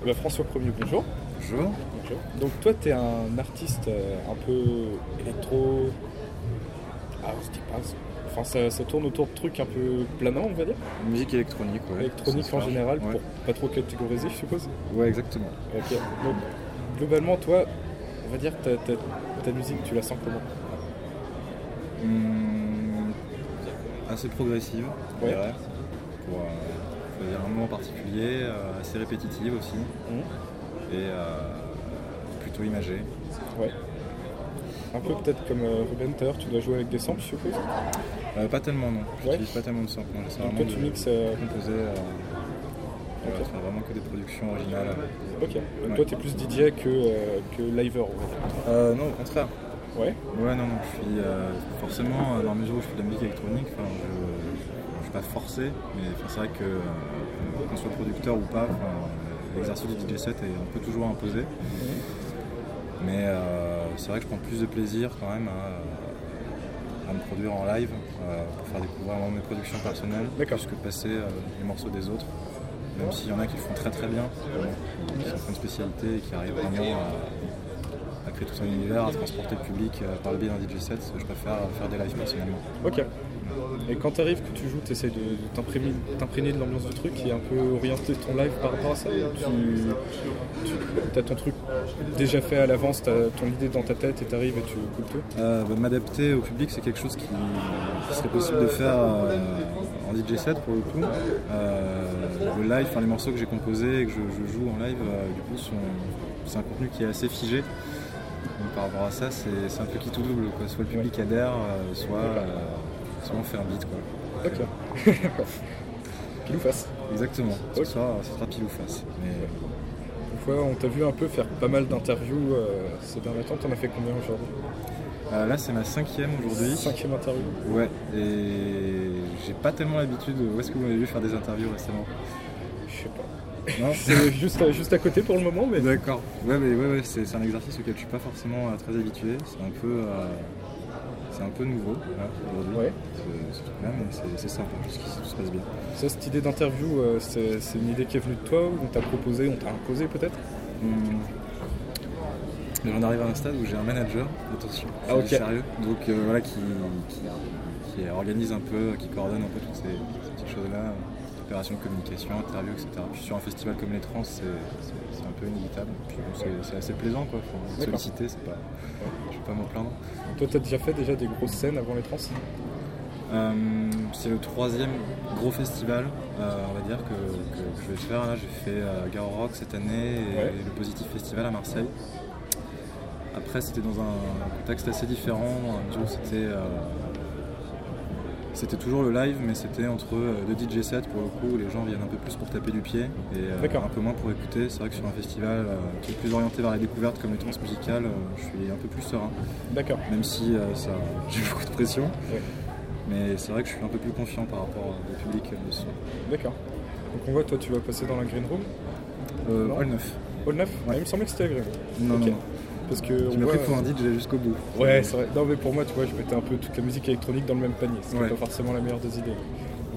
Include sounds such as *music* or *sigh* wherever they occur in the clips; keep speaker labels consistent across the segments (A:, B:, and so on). A: Eh ben, François Premier, bonjour.
B: Bonjour.
A: Bonjour. Donc toi, tu es un artiste euh, un peu électro... Ah, je dis pas... Enfin, ça, ça tourne autour de trucs un peu planants, on va dire.
B: Musique électronique, ouais.
A: Électronique
B: Ça
A: en
B: se
A: général,
B: parle.
A: pour pas trop catégoriser, je suppose.
B: Ouais, ouais exactement.
A: Ok. Donc, globalement, toi, on va dire, ta, ta, ta musique, tu la sens comment
B: Hum, assez progressive, je
A: Ouais.
B: dirais, Pour, euh, pour dire un moment particulier, euh, assez répétitive aussi.
A: Hmm.
B: Et euh, plutôt imagée.
A: Ouais. Un peu peut-être comme euh, Ruben tout à l'heure, tu dois jouer avec des samples, je suppose.
B: Euh, pas tellement, non.
A: Ouais.
B: J'utilise pas tellement de samples. non. C'est
A: Donc
B: vraiment
A: toi, tu
B: de-
A: mixes... euh,
B: composé. euh, voilà,
A: Ok.
B: ce sont vraiment que des productions originales.
A: Ok. Donc
B: Ouais.
A: toi, t'es plus DJ que, euh, que liver, on va dire.
B: Euh, non, au contraire.
A: Ouais.
B: Ouais, non, non, je suis euh, forcément, euh, dans la mesure où je fais de la musique électronique, enfin, je ne suis pas forcé, mais enfin, c'est vrai que euh, qu'on soit producteur ou pas, enfin, euh, l'exercice du DJ set est un peu toujours imposé. Mais euh, c'est vrai que je prends plus de plaisir quand même à, à me produire en live euh, pour faire découvrir vraiment mes productions personnelles,
A: D'accord.
B: plus que de passer euh, les morceaux des autres. Même s'il y en a qui le font très très bien, euh, qui en font une spécialité et qui arrivent vraiment à, à créer tout un univers, à transporter le public euh, par le biais d'un DJ set, je préfère euh, faire des lives personnellement.
A: Ok. Et quand t'arrives, que tu joues, t'essayes de, de t'imprégner- t'imprégner de l'ambiance du truc et un peu orienter ton live par rapport à ça ou tu, tu as ton truc déjà fait à l'avance, t'as ton idée dans ta tête et t'arrives et tu coupes tout
B: Euh, bah, M'adapter au public, c'est quelque chose qui, qui serait possible de faire euh, en DJ set pour le coup. Euh, le live, enfin, les morceaux que j'ai composés et que je, je joue en live, euh, du coup, sont- c'est un contenu qui est assez figé. Donc, par rapport à ça, c'est c'est un peu qui tout double. quoi. Soit le public adhère, euh, soit, euh, soit on fait un beat. Quoi.
A: Ok. *laughs* Qu'il nous fasse.
B: Exactement.
A: Ok.
B: Ce soir, ce sera pile ou face. Mais,
A: Une fois, on t'a vu un peu faire pas mal d'interviews euh, ces derniers temps. T'en as fait combien aujourd'hui
B: euh, là, c'est ma cinquième aujourd'hui.
A: Cinquième interview.
B: Ouais, et j'ai pas tellement l'habitude. Où est-ce que vous m'avez vu faire des interviews récemment
A: Je sais pas.
B: Non
A: *laughs* C'est juste, à- juste à côté pour le moment, mais.
B: D'accord. Ouais, mais ouais, ouais, c'est c'est un exercice auquel je suis pas forcément euh, très habitué. C'est un peu, euh, c'est un peu nouveau voilà, aujourd'hui.
A: Ouais.
B: ce- ce truc-là, mais c'est- c'est sympa jusqu'ici tout se passe bien.
A: Ça, cette idée d'interview, euh, c'est c'est une idée qui est venue de toi ou on t'a proposé, on t'a imposé peut-être Hmm.
B: Hum. Mais on arrive à un stade où j'ai un manager, attention,
A: Ah, ok.
B: c'est sérieux, donc euh, voilà qui, qui- qui organise un peu, qui coordonne un peu toutes ces, ces petites choses-là, euh, opérations de communication, interview, etc. Puis sur un festival comme les trans, c'est- c'est c'est un peu inévitable. Puis bon, c'est- c'est assez plaisant quoi, Faut
A: D'accord.
B: solliciter, c'est pas, je vais pas m'en plaindre.
A: Toi, t'as déjà fait déjà des grosses scènes avant les trans
B: Euh, c'est le troisième gros festival, euh, on va dire, que, que- que je vais faire. Là, j'ai fait euh, Garo Rock cette année et
A: Ouais.
B: le Positif Festival à Marseille. Après, c'était dans un contexte assez différent. dans la mesure où C'était euh, c'était toujours le live, mais c'était entre euh, deux DJ sets pour le coup. où Les gens viennent un peu plus pour taper du pied et euh,
A: D'accord.
B: un peu moins pour écouter. C'est vrai que sur un festival euh, qui est plus orienté vers la découverte comme les trans musicales, euh, je suis un peu plus serein
A: D'accord.
B: même si euh, ça, j'ai beaucoup de pression.
A: Ouais.
B: Mais c'est vrai que je suis un peu plus confiant par rapport euh, au public euh, de ce soir.
A: D'accord. Donc on voit, toi, tu vas passer dans la green room.
B: Euh,
A: Non.
B: Hall 9.
A: Hall 9
B: Ouais.
A: Il me semblait que c'était la green room.
B: Non,
A: Ok.
B: non, non.
A: Parce que.
B: Tu
A: on
B: m'as
A: voit,
B: pris pour
A: euh,
B: un dit j'ai jusqu'au bout. Euh,
A: Ouais, c'est vrai. Non, mais pour moi, tu vois, je mettais un peu toute la musique électronique dans le même panier. C'est
B: Ouais.
A: pas forcément la meilleure des idées.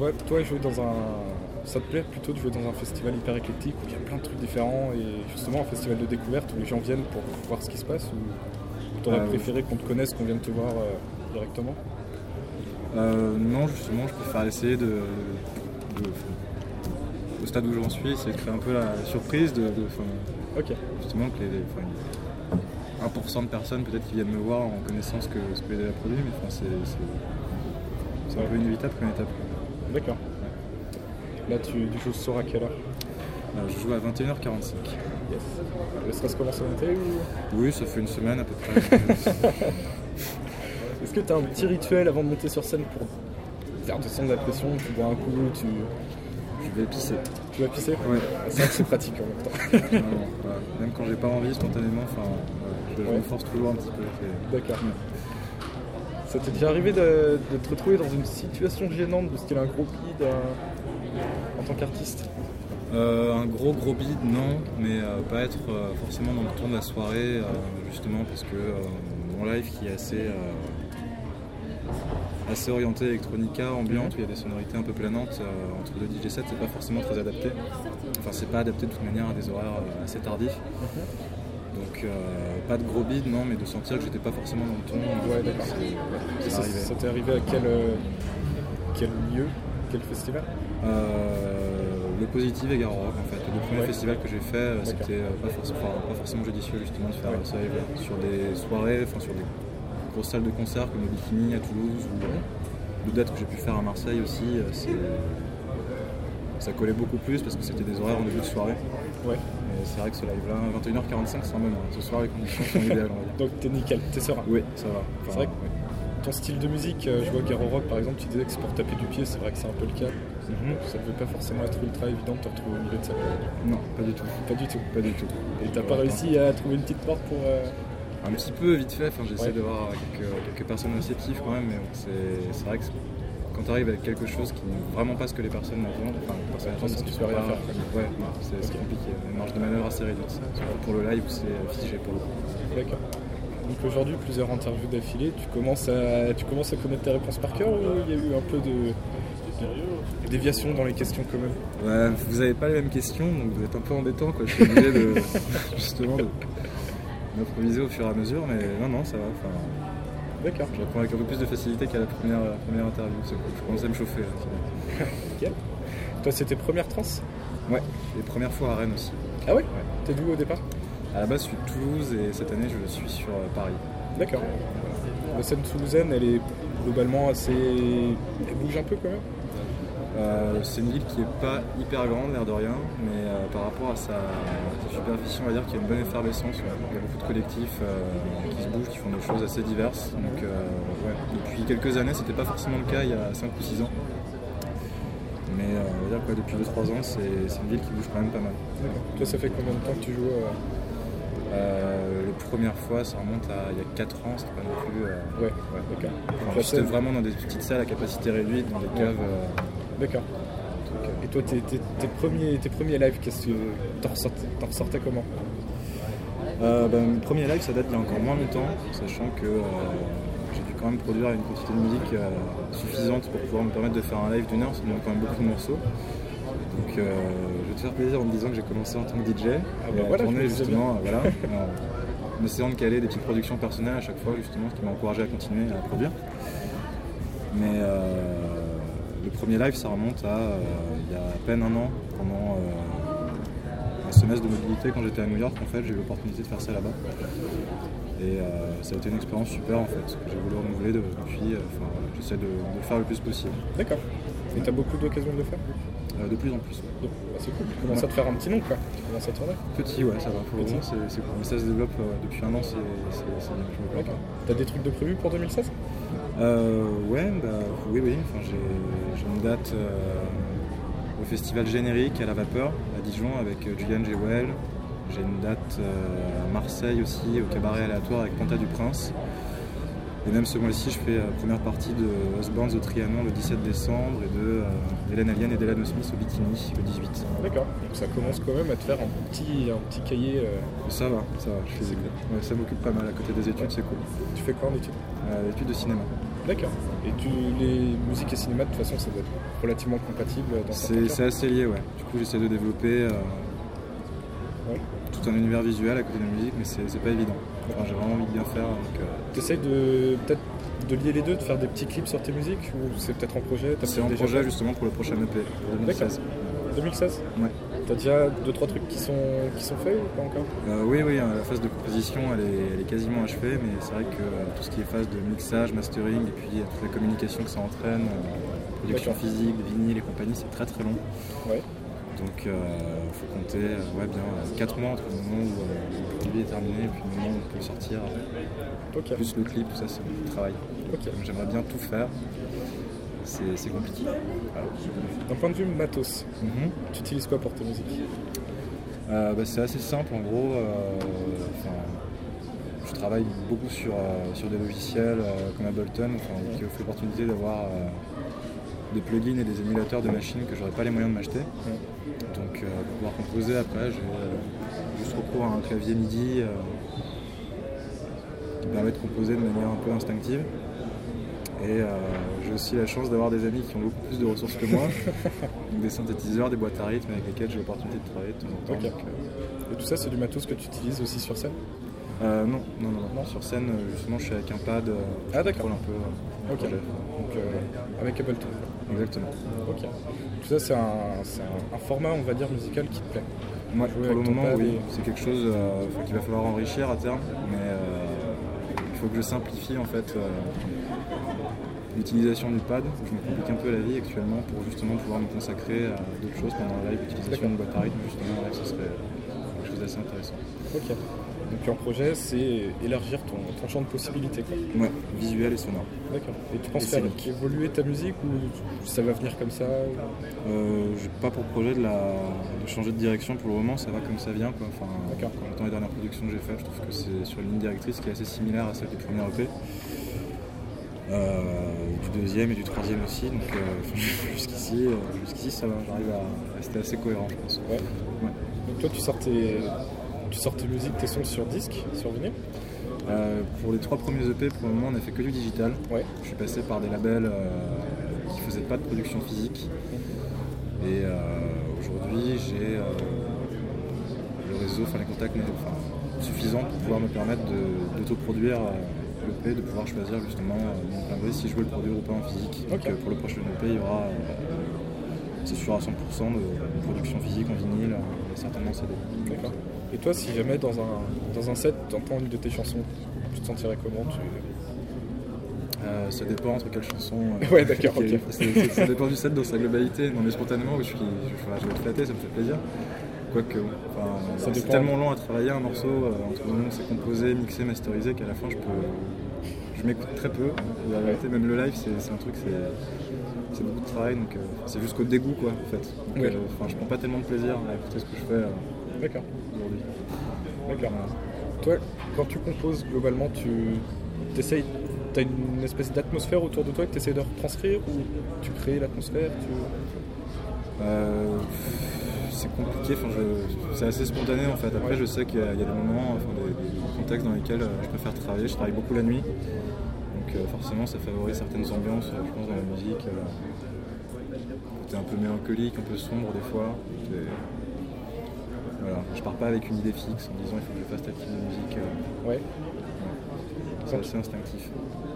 A: Ouais, toi, jouer dans un. Ça te plaît plutôt de jouer dans un festival hyper éclectique où il y a plein de trucs différents et justement un festival de découverte où les gens viennent pour voir ce qui se passe ou t'aurais
B: Euh,
A: préféré qu'on te connaisse, qu'on vienne te voir euh, directement
B: Euh, non, justement, je préfère essayer de. de- au stade où j'en suis, c'est de créer un peu la surprise, de, de- enfin,
A: Ok.
B: justement que les, les- enfin, il y a 1% de personnes peut-être qui viennent me voir en connaissant ce que, ce que j'ai déjà produit, mais enfin, c'est, c'est, c'est un peu inévitable comme étape.
A: D'accord. Là, tu, du coup, sauras à quelle heure
B: Euh, je joue à 21h45.
A: Yes. Est-ce que ça se commence à noter ou...
B: Oui, ça fait une semaine à peu près.
A: Est-ce que t'as un petit rituel avant de monter sur scène pour faire descendre la pression Tu bois un coup, tu,
B: Je vais pisser.
A: tu vas pisser Ah,
B: Ouais,
A: C'est vrai que c'est pratique en même temps. *laughs*
B: vraiment, voilà. Même quand j'ai pas envie spontanément, enfin, euh, je, je
A: Ouais.
B: me force toujours un petit peu. c'est-
A: D'accord. Ça t'est déjà arrivé de, de te retrouver dans une situation gênante de style un gros bide euh, en tant qu'artiste
B: Euh, un gros gros bide, non, mais euh, pas être euh, forcément dans le tour de la soirée, euh, justement parce que euh, mon live qui est assez, euh, assez orienté électronica, ambiante, où il y a des sonorités un peu planantes euh, entre deux DJ sets, c'est pas forcément très adapté. Enfin, c'est pas adapté de toute manière à des horaires euh, assez tardifs. Donc, euh, pas de gros bid, non, mais de sentir que j'étais pas forcément dans le ton.
A: Ouais, d'accord.
B: C'est-
A: Et
B: c'est
A: ça,
B: arrivé.
A: ça t'est arrivé à quel, euh, quel lieu, quel festival
B: Euh, le positif et Garo Rock en fait. Le premier
A: Ouais.
B: festival que j'ai fait, euh,
A: D'accord.
B: c'était euh, pas, forc- enfin, pas forcément judicieux justement de faire
A: Ouais.
B: euh, ça euh, sur des soirées, enfin sur des grosses salles de concert comme le Bikini à Toulouse ou euh, d'autres dates que j'ai pu faire à Marseille aussi. euh, c'est- ça collait beaucoup plus parce que c'était des horaires en début de soirée.
A: Ouais.
B: Mais c'est vrai que ce live-là, 21h45, c'est un moment. hein. Ce soir, les conditions sont idéales. on va dire.
A: *laughs* Donc t'es nickel, t'es serein.
B: Oui, ça va.
A: C'est vrai que-
B: oui.
A: Ton style de musique, euh, je vois Garo Rock par exemple, tu disais que c'est pour taper du pied, c'est vrai que c'est un peu le cas. Ça devait pas forcément être ultra évident de te retrouver au milieu de ça.
B: Mhm. Non, pas du tout.
A: Pas du tout.
B: Pas du tout.
A: Et t'as pas
B: Ouais,
A: réussi à trouver une petite porte pour. euh,
B: Un petit peu vite fait, enfin, j'essaie
A: Ouais.
B: de voir quelques, quelques personnes réceptives quand même, mais bon, c'est c'est vrai que c'est- quand tu arrives avec quelque chose qui n'est vraiment pas ce que les personnes attendent, enfin, les personnes
A: Ouais,
B: attendent,
A: tu
B: c'est
A: peux rien
B: pas-
A: faire, quoi.
B: Ouais, non, c'est c'est
A: Ok.
B: compliqué, une marge de manœuvre assez réduite. Surtout Pour le live, c'est figé pour le coup.
A: D'accord. Donc aujourd'hui, plusieurs interviews d'affilée, tu commences à tu commences à connaître tes réponses par cœur ou il y a eu un peu de de- déviation dans les questions quand même
B: Ouais, vous n'avez pas les mêmes questions, donc vous êtes un peu embêtant, quoi. Je suis obligé de, *laughs* justement de m'improviser au fur et à mesure, mais non, non, ça va. Enfin,
A: D'accord.
B: je réponds avec un peu plus de facilité qu'à la première, la première interview, c'est cool. Je commence à me chauffer. là, c'est
A: Nickel. Toi, c'était première trans
B: bon. Ouais, les premières fois à Rennes aussi.
A: Ah ouais T'es d'où au départ
B: À la base, je suis de Toulouse et cette année, je suis sur euh, Paris.
A: D'accord. La scène toulousaine, elle est globalement assez. Elle bouge un peu quand même.
B: Euh, c'est une ville qui n'est pas hyper grande, l'air de rien, mais euh, par rapport à sa, sa superficie, on va dire qu'il y a une bonne effervescence. ouais. Il y a beaucoup de collectifs euh, qui se bougent, qui font des choses assez diverses. Donc, euh, ouais. Depuis quelques années, c'était pas forcément le cas il y a 5 ou 6 ans. Mais euh, on va dire quoi, depuis 2-3 ans, c'est c'est une ville qui bouge quand même pas mal.
A: Toi, ça fait combien de temps que tu joues euh,
B: Euh, les premières fois, ça remonte à il y a 4 ans, c'était pas non plus. euh,
A: Ouais,
B: ouais.
A: d'accord.
B: Enfin,
A: Donc, la
B: J'étais
A: scène-
B: vraiment dans des petites salles à capacité réduite, dans des caves. euh,
A: D'accord.
B: donc, euh,
A: Et toi, tes, tes- tes premiers, tes premiers lives, qu'est-ce que t'en ressortais, t'en ressortais comment
B: Euh, bah, mon premier live, ça date d'il y a encore moins longtemps, sachant que euh, j'ai dû quand même produire une quantité de musique euh, suffisante pour pouvoir me permettre de faire un live d'une heure, ça demande quand même beaucoup de morceaux. Donc euh, je vais te faire plaisir en me disant que j'ai commencé en tant que DJ,
A: Ah
B: et
A: bah
B: à
A: voilà, je
B: tourner
A: me disais
B: justement, euh, voilà,
A: *laughs*
B: en essayant de caler des petites productions personnelles à chaque fois, justement, ce qui m'a encouragé à continuer à produire. Mais euh, le premier live, ça remonte à euh, il y a à peine un an, pendant euh, un semestre de mobilité quand j'étais à New York. En fait, j'ai eu l'opportunité de faire ça là-bas. Et euh, ça a été une expérience super en fait, que j'ai voulu renouveler de- depuis. euh, Enfin, voilà, j'essaie de, de le faire le plus possible,
A: D'accord. Et t'as beaucoup d'occasions de le faire
B: Euh, de plus en plus. ouais.
A: Donc, bah, C'est cool. Tu commences à te faire un petit nom, quoi. Tu commences à tourner.
B: Petit, ouais, ça va pour le
A: Petit.
B: moment, c'est c'est cool. Mais ça se développe euh, depuis un an, c'est c'est- c'est bien. Je me plains
A: D'accord.
B: pas.
A: T'as des trucs de prévu pour 2016
B: Euh, ouais, bah, oui, oui. Enfin, j'ai, j'ai une date euh, au festival générique à la vapeur à Dijon avec euh, Julian Jewel. J'ai une date euh, à Marseille aussi au cabaret aléatoire avec Panta du Prince. Et même ce mois-ci, je fais euh, première partie de Osborne's au Trianon le 17 décembre et de euh, Hélène Alien et d'Hélène Smith au Bikini le 18.
A: D'accord. Donc ça commence quand même à te faire un petit, un petit cahier. euh.
B: Ça va, ça va. Je suis-
A: C'est cool.
B: ouais, ça m'occupe pas mal à côté des études, c'est cool.
A: Tu fais quoi en études
B: Euh, études de cinéma.
A: D'accord. Et tu, les musiques et cinéma, de toute façon, ça doit être relativement compatible dans certains
B: C'est
A: cas.
B: c'est assez lié, ouais. Du coup, j'essaie de développer euh, tout un univers visuel à côté de la musique, mais c'est c'est pas évident. Enfin, J'ai vraiment envie de bien faire. donc, euh,
A: T'essayes de peut-être de lier les deux, de faire des petits clips sur tes musiques ou c'est peut-être en projet t'as
B: c'est
A: peut-être
B: en
A: déjà
B: projet
A: fait
B: justement pour le prochain EP pour 2016.
A: 2016
B: Ouais.
A: T'as déjà deux trois trucs qui sont qui sont faits ou pas encore
B: Euh, oui, oui, euh, la phase de composition, elle est, elle est quasiment achevée, mais c'est vrai que euh, tout ce qui est phase de mixage, mastering, et puis euh, toute la communication que ça entraîne, euh, production
A: D'accord.
B: physique, vinyle et compagnie, c'est très très long.
A: Ouais.
B: Donc, il faut compter euh, ouais, bien 4 mois entre le moment où euh, le produit est terminé et puis le moment où on peut le sortir. euh,
A: Ok.
B: Plus le clip, tout ça, c'est beaucoup de travail.
A: Ok.
B: Donc, J'aimerais bien tout faire. C'est c'est compliqué. Voilà.
A: D'un point de vue matos,
B: Mhm.
A: tu utilises quoi pour tes musiques
B: Euh, bah, c'est assez simple en gros. euh, enfin, je travaille beaucoup sur, euh, sur des logiciels euh, comme Ableton enfin, qui offre l'opportunité d'avoir euh, des plugins et des émulateurs de machines que j'aurais pas les moyens de m'acheter. Donc euh, pour pouvoir composer après, j'ai euh, juste recours à un clavier MIDI euh, qui permet de composer de manière un peu instinctive. Et euh, j'ai aussi la chance d'avoir des amis qui ont beaucoup plus de ressources
A: *laughs*
B: que moi, donc des synthétiseurs, des boîtes à rythme avec lesquelles j'ai l'opportunité de travailler de temps en temps.
A: Ok.
B: donc, euh,
A: Et tout ça, c'est du matos que tu utilises aussi sur scène
B: euh, non, non, non, non. Sur scène, euh, justement, je suis avec un pad. euh,
A: Ah,
B: je
A: d'accord.
B: contrôle un peu. euh, mon
A: Ok.
B: projet.
A: Donc euh, avec Ableton.
B: Exactement.
A: Ok. Tout ça, c'est un, c'est un- un format, on va dire, musical qui te plaît.
B: Moi,
A: Jouer
B: pour le
A: avec ton
B: moment,
A: pad
B: oui,
A: et-
B: c'est quelque chose euh, enfin, qu'il va falloir enrichir à terme, mais euh, il faut que je simplifie en fait euh, l'utilisation du pad. Je me complique un peu la vie actuellement pour justement pouvoir me consacrer à d'autres choses pendant la live, l'utilisation
A: D'accord.
B: de boîte à rythme, justement, là, ce serait euh, quelque chose d'assez intéressant.
A: Ok. Donc un projet, c'est élargir ton, ton champ de possibilités. quoi.
B: Ouais, visuel et sonore.
A: D'accord. Et tu penses
B: Et
A: faire
B: scénique.
A: évoluer ta musique ou ça va venir comme ça ou-
B: Euh, j'ai pas pour projet de, la- de changer de direction pour le moment, ça va comme ça vient. Quoi. Enfin,
A: D'accord.
B: quand les dernières productions que j'ai faites, je trouve que c'est sur une ligne directrice qui est assez similaire à celle du premier EP. Euh, du deuxième et du troisième aussi, donc euh, *laughs* jusqu'ici, euh, jusqu'ici ça va, j'arrive à rester assez cohérent je pense.
A: Ouais.
B: Ouais.
A: Donc toi, tu sors tes, tu sors tes musiques, tes sons sur disque, sur vinyle
B: Euh, pour les trois premiers EP pour le moment on a fait que du digital.
A: Ouais.
B: Je suis passé par des labels euh, qui ne faisaient pas de production physique. Et euh, aujourd'hui, j'ai euh, le réseau, enfin les contacts mais, enfin, suffisants pour pouvoir me permettre de- d'autoproduire euh, l'EP, de pouvoir choisir justement euh, mon plein gré si je veux le produire ou pas en physique. Donc
A: Ok.
B: euh, pour le prochain EP, il y aura, euh, c'est sûr, à 100% de production physique en vinyle, euh, et certainement CD.
A: D'accord. Et toi, si jamais dans un, dans un set, t'entends une de tes chansons, tu te sentirais comment tu...
B: Euh, ça dépend entre quelles chansons. euh,
A: Ouais, d'accord,
B: quel-
A: ok.
B: c'est- c'est- Ça dépend du set dans sa globalité. Non, mais spontanément, je, suis, je, enfin, je vais te flatter, ça me fait plaisir. Quoique, enfin,
A: Ça
B: c'est
A: dépend.
B: tellement long à travailler un morceau, euh, entre le moment que c'est composé, mixé, masterisé, qu'à la fin, je peux. Je m'écoute très peu. La vérité, même le live, c'est c'est un truc, c'est. C'est beaucoup de travail, donc euh, c'est jusqu'au dégoût, quoi, en fait. Donc,
A: Ouais.
B: euh, enfin, je prends pas tellement de plaisir à écouter ce que je fais euh,
A: D'accord.
B: aujourd'hui.
A: D'accord. Toi, quand tu composes, globalement, tu t'essayes, t'as une espèce d'atmosphère autour de toi que tu essayes de retranscrire ou tu crées l'atmosphère tu...
B: Euh, pff, c'est compliqué, enfin, je- c'est assez spontané en fait. Après,
A: Ouais.
B: je sais qu'il y, a il y a des moments, enfin, des, des contextes dans lesquels euh, je préfère travailler. Je travaille beaucoup la nuit, donc euh, forcément, ça favorise certaines ambiances, euh, je pense, dans la musique. euh, côté un peu mélancolique, un peu sombre des fois. Et voilà. Je pars pas avec une idée fixe en disant il faut que je fasse telle type de musique.
A: Ouais.
B: euh, ouais. C'est assez instinctif.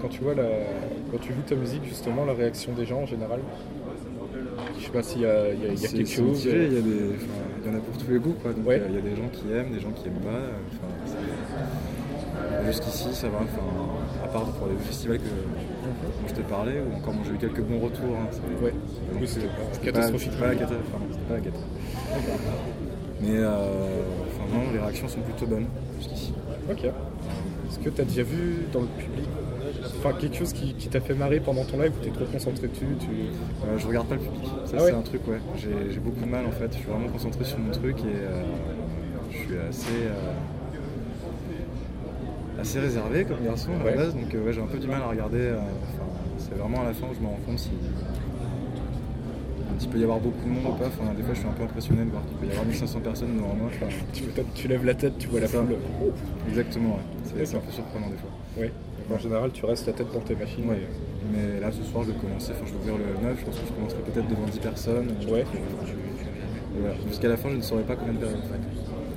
A: Quand tu vois la... quand tu joues ta musique, justement, la réaction des gens en général, je sais pas s'il y a, il y a- il y a
B: C'est-
A: quelque
B: c'est
A: chose. euh,
B: mitigé, Il y, a des- enfin, il y en a pour tous les goûts. Quoi. Donc,
A: Ouais.
B: euh, il y a des gens qui aiment, des gens qui aiment pas. euh, enfin, c'est- Jusqu'ici, ça va. enfin, à part pour les festivals que, dont je te parlais, ou encore bon, j'ai eu quelques bons retours. hein, c'est-
A: Ouais.
B: donc,
A: Oui, c'est
B: c'était-
A: pas
B: c'était
A: catastrophique.
B: Pas, c'était pas la cata- enfin, c'était pas la cata. Mais euh, enfin, non, les réactions sont plutôt bonnes jusqu'ici.
A: Ok. Est-ce que tu as déjà vu dans le public enfin, quelque chose qui, qui t'a fait marrer pendant ton live ou t'es trop concentré dessus tu...
B: Euh, je regarde pas le public. Ça,
A: Ah ouais
B: c'est un truc, ouais. J'ai j'ai beaucoup de mal en fait. Je suis vraiment concentré sur mon truc et euh, je suis assez. euh, assez réservé comme garçon à la
A: Ouais.
B: base. Donc, euh, ouais, j'ai un peu du mal à regarder. euh, enfin, c'est vraiment à la fin où je me rends compte si. S'il peut y avoir beaucoup de monde ou pas, enfin, des fois je suis un peu impressionné de voir qu'il peut y avoir 1500 personnes devant moi. Enfin,
A: Tu, m'étonnes, tu lèves la tête, tu vois la
B: C'est ça.
A: foule.
B: exactement, ouais. C'est- c'est un
A: D'accord.
B: peu surprenant des fois.
A: Ouais. En général, tu restes la tête dans tes machines.
B: Ouais. Mais là ce soir je vais commencer, enfin je vais ouvrir le 9, je pense que je commencerai peut-être devant 10 personnes.
A: Ouais.
B: Et voilà. Jusqu'à la fin, je ne saurais pas combien de personnes.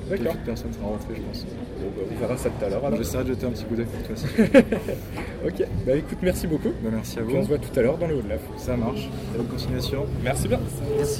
A: D'accord.
B: Quelques personnes seront rentrées, je pense.
A: Bon, bah, on verra ça tout à l'heure. *laughs* alors.
B: J'essaierai de jeter un petit coup d'œil pour toi. si
A: *laughs*
B: tu veux.
A: Ok. Bah écoute, merci beaucoup.
B: Bah, merci à
A: Puis on se
B: vous.
A: voit tout à l'heure dans le haut de la
B: Ça marche. Bonne continuation.
A: Merci bien.
C: Merci.